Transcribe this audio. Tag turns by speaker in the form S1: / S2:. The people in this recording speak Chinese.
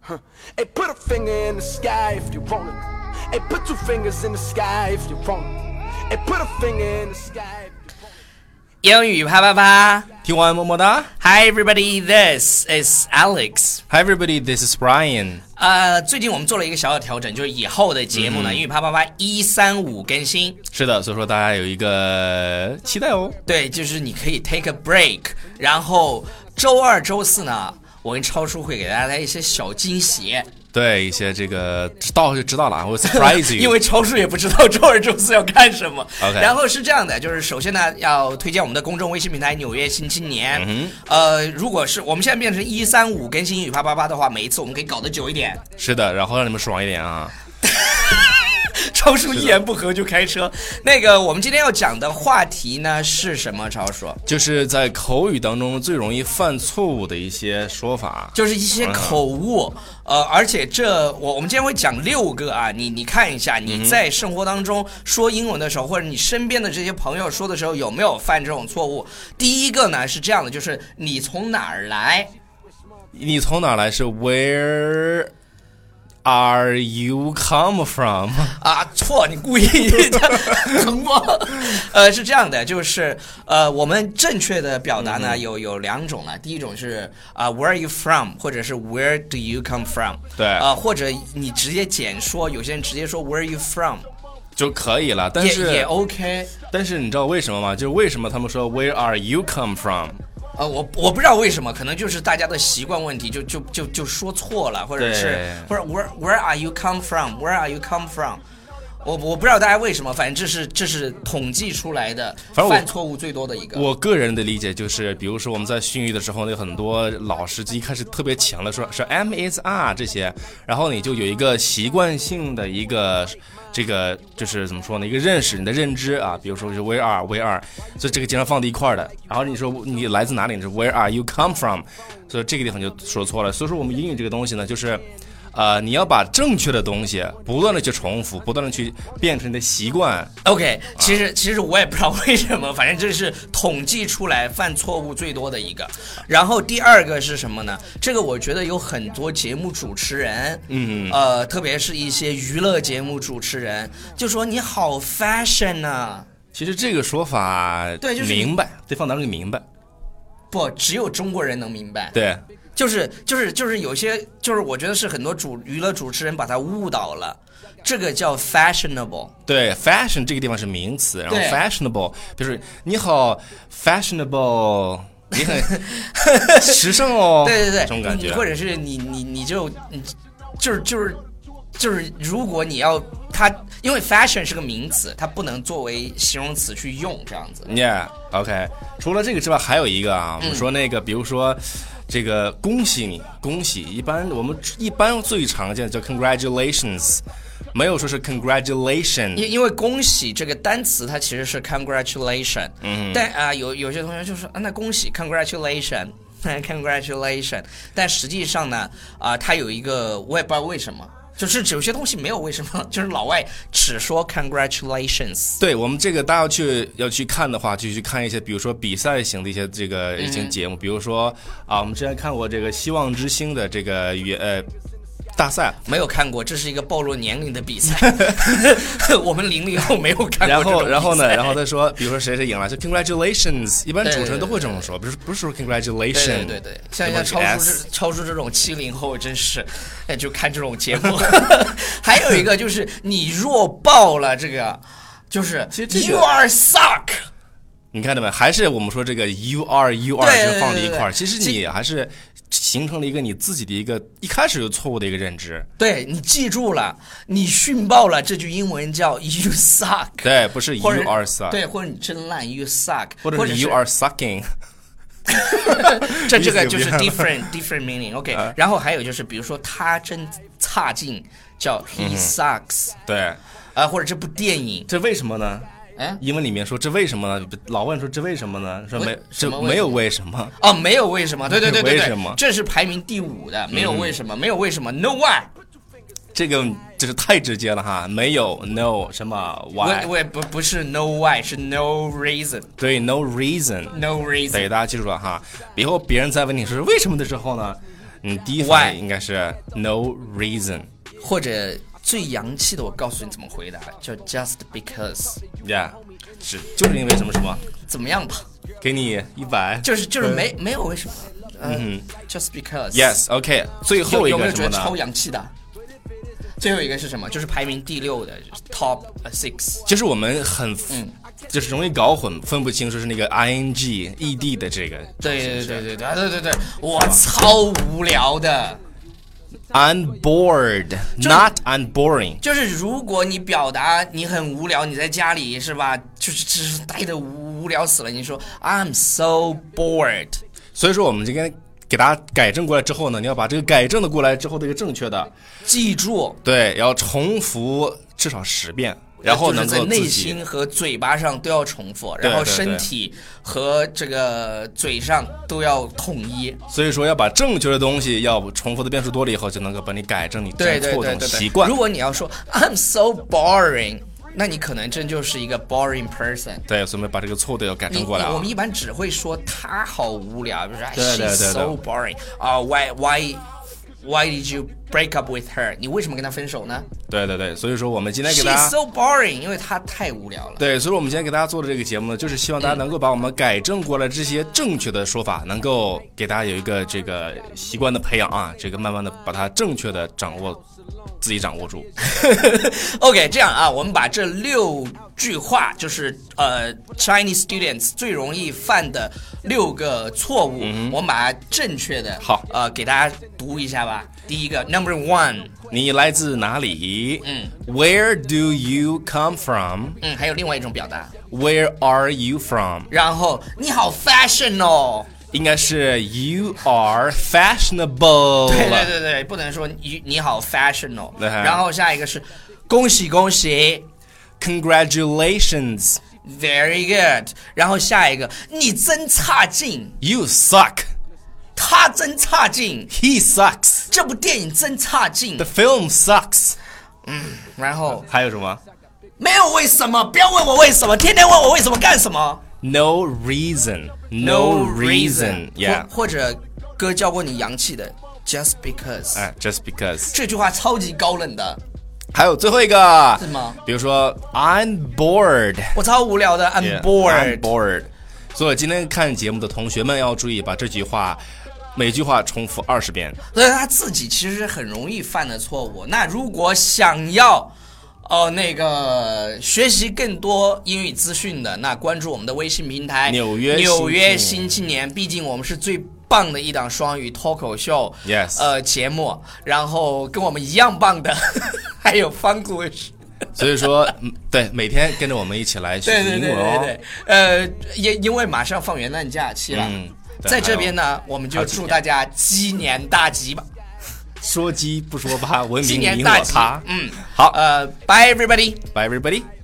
S1: Huh. Hey, put a finger in the sky if you want it. Hey, put two fingers in the sky if you want it. Hey, put a finger in the sky. If you want it.
S2: 英语啪啪啪
S3: 听完么么哒。
S2: ！Hi everybody, this is Alex。
S3: Hi everybody, this is Brian。
S2: 呃，最近我们做了一个小小调整，就是以后的节目
S3: 嗯
S2: 呢，英语啪啪啪一三五更新。
S3: 是的，所以说大家有一个期待哦。
S2: 对，就是你可以 take a break，然后周二、周四呢，我跟超叔会给大家一些小惊喜。
S3: 对一些这个知道就知道了啊，我 surprise you。
S2: 因为超叔也不知道周二、周四要干什么。
S3: OK
S2: 然后是这样的，就是首先呢，要推荐我们的公众微信平台《纽约新青年》
S3: 嗯
S2: 呃，如果是我们现在变成一三五更新英语啪啪啪的话，每一次我们可以搞得久一点。
S3: 是的，然后让你们爽一点啊。
S2: 超叔一言不合就开车。那个，我们今天要讲的话题呢是什么？超叔，
S3: 就是在口语当中最容易犯错误的一些说法。
S2: 就是一些口误，呃，而且这我我们今天会讲六个啊，你你看一下，你在生活当中说英文的时候，或者你身边的这些朋友说的时候，有没有犯这种错误？第一个呢是这样的，就是你从哪儿来？
S3: 你从哪儿来？是 Where are you come from？
S2: 啊，错，你故意横我。 呃，是这样的，就是呃，我们正确的表达
S3: 嗯
S2: 呢有有两种了，第一种是啊、w h e r e are you from，或者是 Where do you come from？
S3: 对
S2: 啊、或者你直接简说，有些人直接说 Where are you from？
S3: 就可以了。但
S2: 也也
S3: 是
S2: OK，
S3: 但是你知道为什么吗？就是为什么他们说 Where are you come from？
S2: 呃，我我不知道为什么，可能就是大家的习惯问题，就就就就说错了，或者是或
S3: 对
S2: 者 Where Where are you come from? Where are you come from? 我我不知道大家为什么，反正这是这是统计出来的
S3: 反正我
S2: 犯错误最多的一个。
S3: 我个人的理解就是，比如说我们在训育的时候，有很多老师一开始特别强的说说 M is R 这些，然后你就有一个习惯性的一个这个就是怎么说呢，一个认识你的认知啊，比如说是 Where are Where are，所以这个经常放在一块儿的。然后你说你来自哪里，你是 Where are you come from，所以这个地方就说错了。所以说我们英语这个东西呢，就是。呃，你要把正确的东西不断的去重复，不断的去变成你的习惯，
S2: OK，其实其实我也不知道为什么，反正这是统计出来犯错误最多的一个。然后第二个是什么呢？这个我觉得有很多节目主持人，嗯，呃，特别是一些娱乐节目主持人，就说你好 fashion 啊。
S3: 其实这个说法，
S2: 对就是你
S3: 明白，对方当然明白，
S2: 不，只有中国人能明白。
S3: 对，
S2: 就是就是就是有些就是我觉得是很多主娱乐主持人把他误导了，这个叫 fashionable。
S3: 对，fashion 这个地方是名词，然后
S2: 对
S3: fashionable 就是你好 fashionable，你 很时尚哦，
S2: 对对对，
S3: 这种感觉
S2: 你。或者是你你你就你就是就是就是，如果你要它，因为 fashion 是个名词，它不能作为形容词去用，这样子。
S3: Yeah，OK、除了这个之外，还有一个啊，
S2: 嗯
S3: 我们说那个，比如说这个恭喜你，恭喜。一般我们一般最常见的叫 congratulations，没有说是 congratulation。
S2: 因因为恭喜这个单词，它其实是 congratulation，嗯，但啊、有有些同学就说啊，那恭喜 congratulation。Congratulation，但实际上呢，啊、它有一个我也不知道为什么，就是有些东西没有为什么， 就是老外只说 congratulations。
S3: 对我们这个，大家要去要去看的话，就去看一些，比如说比赛型的一些
S2: 嗯
S3: 这个一些节目，比如说啊，我们之前看过这个《希望之星》的这个语呃大赛，
S2: 没有看过，这是一个暴露年龄的比赛。 我们零零后没有看过
S3: 然
S2: 这种
S3: 后
S2: 比
S3: 然后呢，
S2: 赛
S3: 然后他说，比如说谁谁赢了，就 congratulations，一般
S2: 对
S3: 主持人都会这么说，不是不是说
S2: 对
S3: congratulation，
S2: 对对对，像像超叔这超叔这种七零后，真是，哎，就看这种节 目。还有一个就是，你弱爆了这个，就是
S3: 其实这个
S2: you are suck。
S3: 你看到没？还是我们说这个 you are you are
S2: 对对对
S3: 是放在一块儿，
S2: 对对
S3: 其实你还是形成了一个你自己的一个一开始就错误的一个认知，
S2: 对你记住了，你训爆了这句英文叫 you suck，
S3: 对，不是 you
S2: 或者
S3: are suck，
S2: 对，或者你真烂 you suck，
S3: 或者
S2: 者
S3: 是
S2: 是
S3: you are sucking，
S2: 这这个
S3: 意思
S2: 就
S3: 不一
S2: 是
S3: 样
S2: different different meaning。OK，、然
S3: 啊
S2: 后还有就是，比如说他真差劲，叫 He sucks，啊、
S3: 对，
S2: 或者这部电影，
S3: 这为什么呢？
S2: 哎，
S3: 英文里面说这为什么呢？老问说这为什么呢？说没
S2: 为什
S3: 这
S2: 么为什么
S3: 没有为什么，
S2: 哦，没有为什么，对对对对
S3: 为
S2: 对，
S3: 什么
S2: 这是排名第五的，没有为什么，没有为什么，No why，
S3: 这个就是太直接了哈，没有 no 什么
S2: 我
S3: why，
S2: 我也不不是 No why，是 No reason，No
S3: 对 no reason，
S2: reason，
S3: 对大家记住了哈。以后别人再问你说是为什么的时候呢，你第一反
S2: Why？
S3: 应应该是 no reason。
S2: 或者最洋气的，我告诉你怎么回答，叫 just because，
S3: Yeah，是就是因为什么什么，
S2: 怎么样吧？
S3: 给你一百。
S2: 就是就是没没有为什么，嗯，just because。
S3: Yes，OK、最后一
S2: 有有没
S3: 个
S2: 有
S3: 什
S2: 觉
S3: 么
S2: 得
S3: 呢？
S2: 超洋气的？最后一个是什么？就是排名第六的就是 top six。
S3: 就是我们很，
S2: 嗯
S3: 就是容易搞混，分不清，就是那个 ing ed E 的这个
S2: 对对对对对啊对对对，我超无聊的。
S3: on board，not on boring。
S2: 就是如果你表达你很无聊，你在家里是吧？就是就是待的无无聊死了，你说 I'm so bored，
S3: 所以说，我们今天给大家改正过来之后呢，你要把这个改正的过来之后的一个正确的，
S2: 记住，
S3: 对，要重复至少十遍，然后
S2: 就
S3: 能
S2: 是在
S3: 够自
S2: 内
S3: 己
S2: 心和嘴巴上都要重复，
S3: 对
S2: 然后
S3: 对
S2: 身
S3: 对
S2: 体和这个嘴上都要统一。
S3: 所以说要把正确的东西，要不重复的遍数多了以后，就能够把你改正你
S2: 对
S3: 站
S2: 对
S3: 错
S2: 对
S3: 的
S2: 对对。
S3: 习惯
S2: 如。果你要说 I'm so boring，那你可能真就是一个 boring person。
S3: 对，所以我们把这个错的要改
S2: 你
S3: 正过来
S2: 你我
S3: 啊
S2: 们。一般只会说他好无聊，比如说哎
S3: 对对
S2: she's
S3: 对对
S2: so boring 啊、w h y why why did you break up with her？你为什么跟她分手呢
S3: 对对对，所以说我们今天给大
S2: ？She's
S3: 家
S2: so boring，因为她太无聊 了。
S3: 对，所以我们今天给大家做的这个节目呢，就是希望大家能够把我们改正过来这些正确的说法，能够给大家有一个这个习惯的培养啊，这个慢慢的把它正确的掌握，自己掌握住。
S2: OK，这样啊，我们把这六句话，就是呃 Chinese students 最容易犯的六个错误，我们把它正确的
S3: 嗯好
S2: 呃给大家读一下吧。第一个 Number one，
S3: 你来自哪里？嗯，Where do you come from?
S2: 嗯，还有另外一种表达，
S3: Where are you from?
S2: 然后你好 fashion 哦，
S3: 应该是 You are fashionable
S2: 对对
S3: 了。
S2: 对对，不能说你你好 fashion 哦。
S3: 对
S2: 然后下一个是恭喜恭喜
S3: Congratulations,
S2: ，very good。然后下一个你真差劲，
S3: you suck.
S2: 他真差劲，
S3: He sucks.
S2: 这部电影真差劲
S3: The。film sucks.
S2: 然后。
S3: 还有什么
S2: 没有为什么，不要问我为什么，天天问我为什么干什么。
S3: ？No reason. No reason.
S2: 或
S3: Yeah.
S2: 或者哥教过你洋气的，just because。
S3: 哎，just because。
S2: 这句话超级高冷的，
S3: 还有最后一个
S2: 是吗
S3: 比如说 I'm bored.
S2: 我超无聊的。I'm
S3: Yeah,
S2: bored
S3: I'm。bored. 所以今天看节目的同学们要注意，把这句话每句话重复二十遍。
S2: 所以他自己其实很容易犯的错误。那如果想要。哦，那个学习更多英语资讯的，那关注我们的微信平台《
S3: 纽约
S2: 纽约
S3: 新
S2: 新青年》，毕竟我们是最棒的一档双语脱口秀
S3: Yes
S2: 呃节目，然后跟我们一样棒的 还有方故 事，
S3: 所以说，嗯对，每天跟着我们一起来学
S2: 对
S3: 习
S2: 对
S3: 英
S2: 对
S3: 文
S2: 对
S3: 哦。
S2: 对，呃，也因为马上放元旦假期了，
S3: 嗯对
S2: 在这边呢，我们就祝大家鸡年大吉吧，
S3: 说鸡不说八，文
S2: 鸡
S3: 明
S2: 年
S3: 你
S2: 大
S3: 我
S2: 吉
S3: 他，。
S2: 嗯，
S3: 好
S2: 呃，bye everybody。
S3: ，Bye everybody。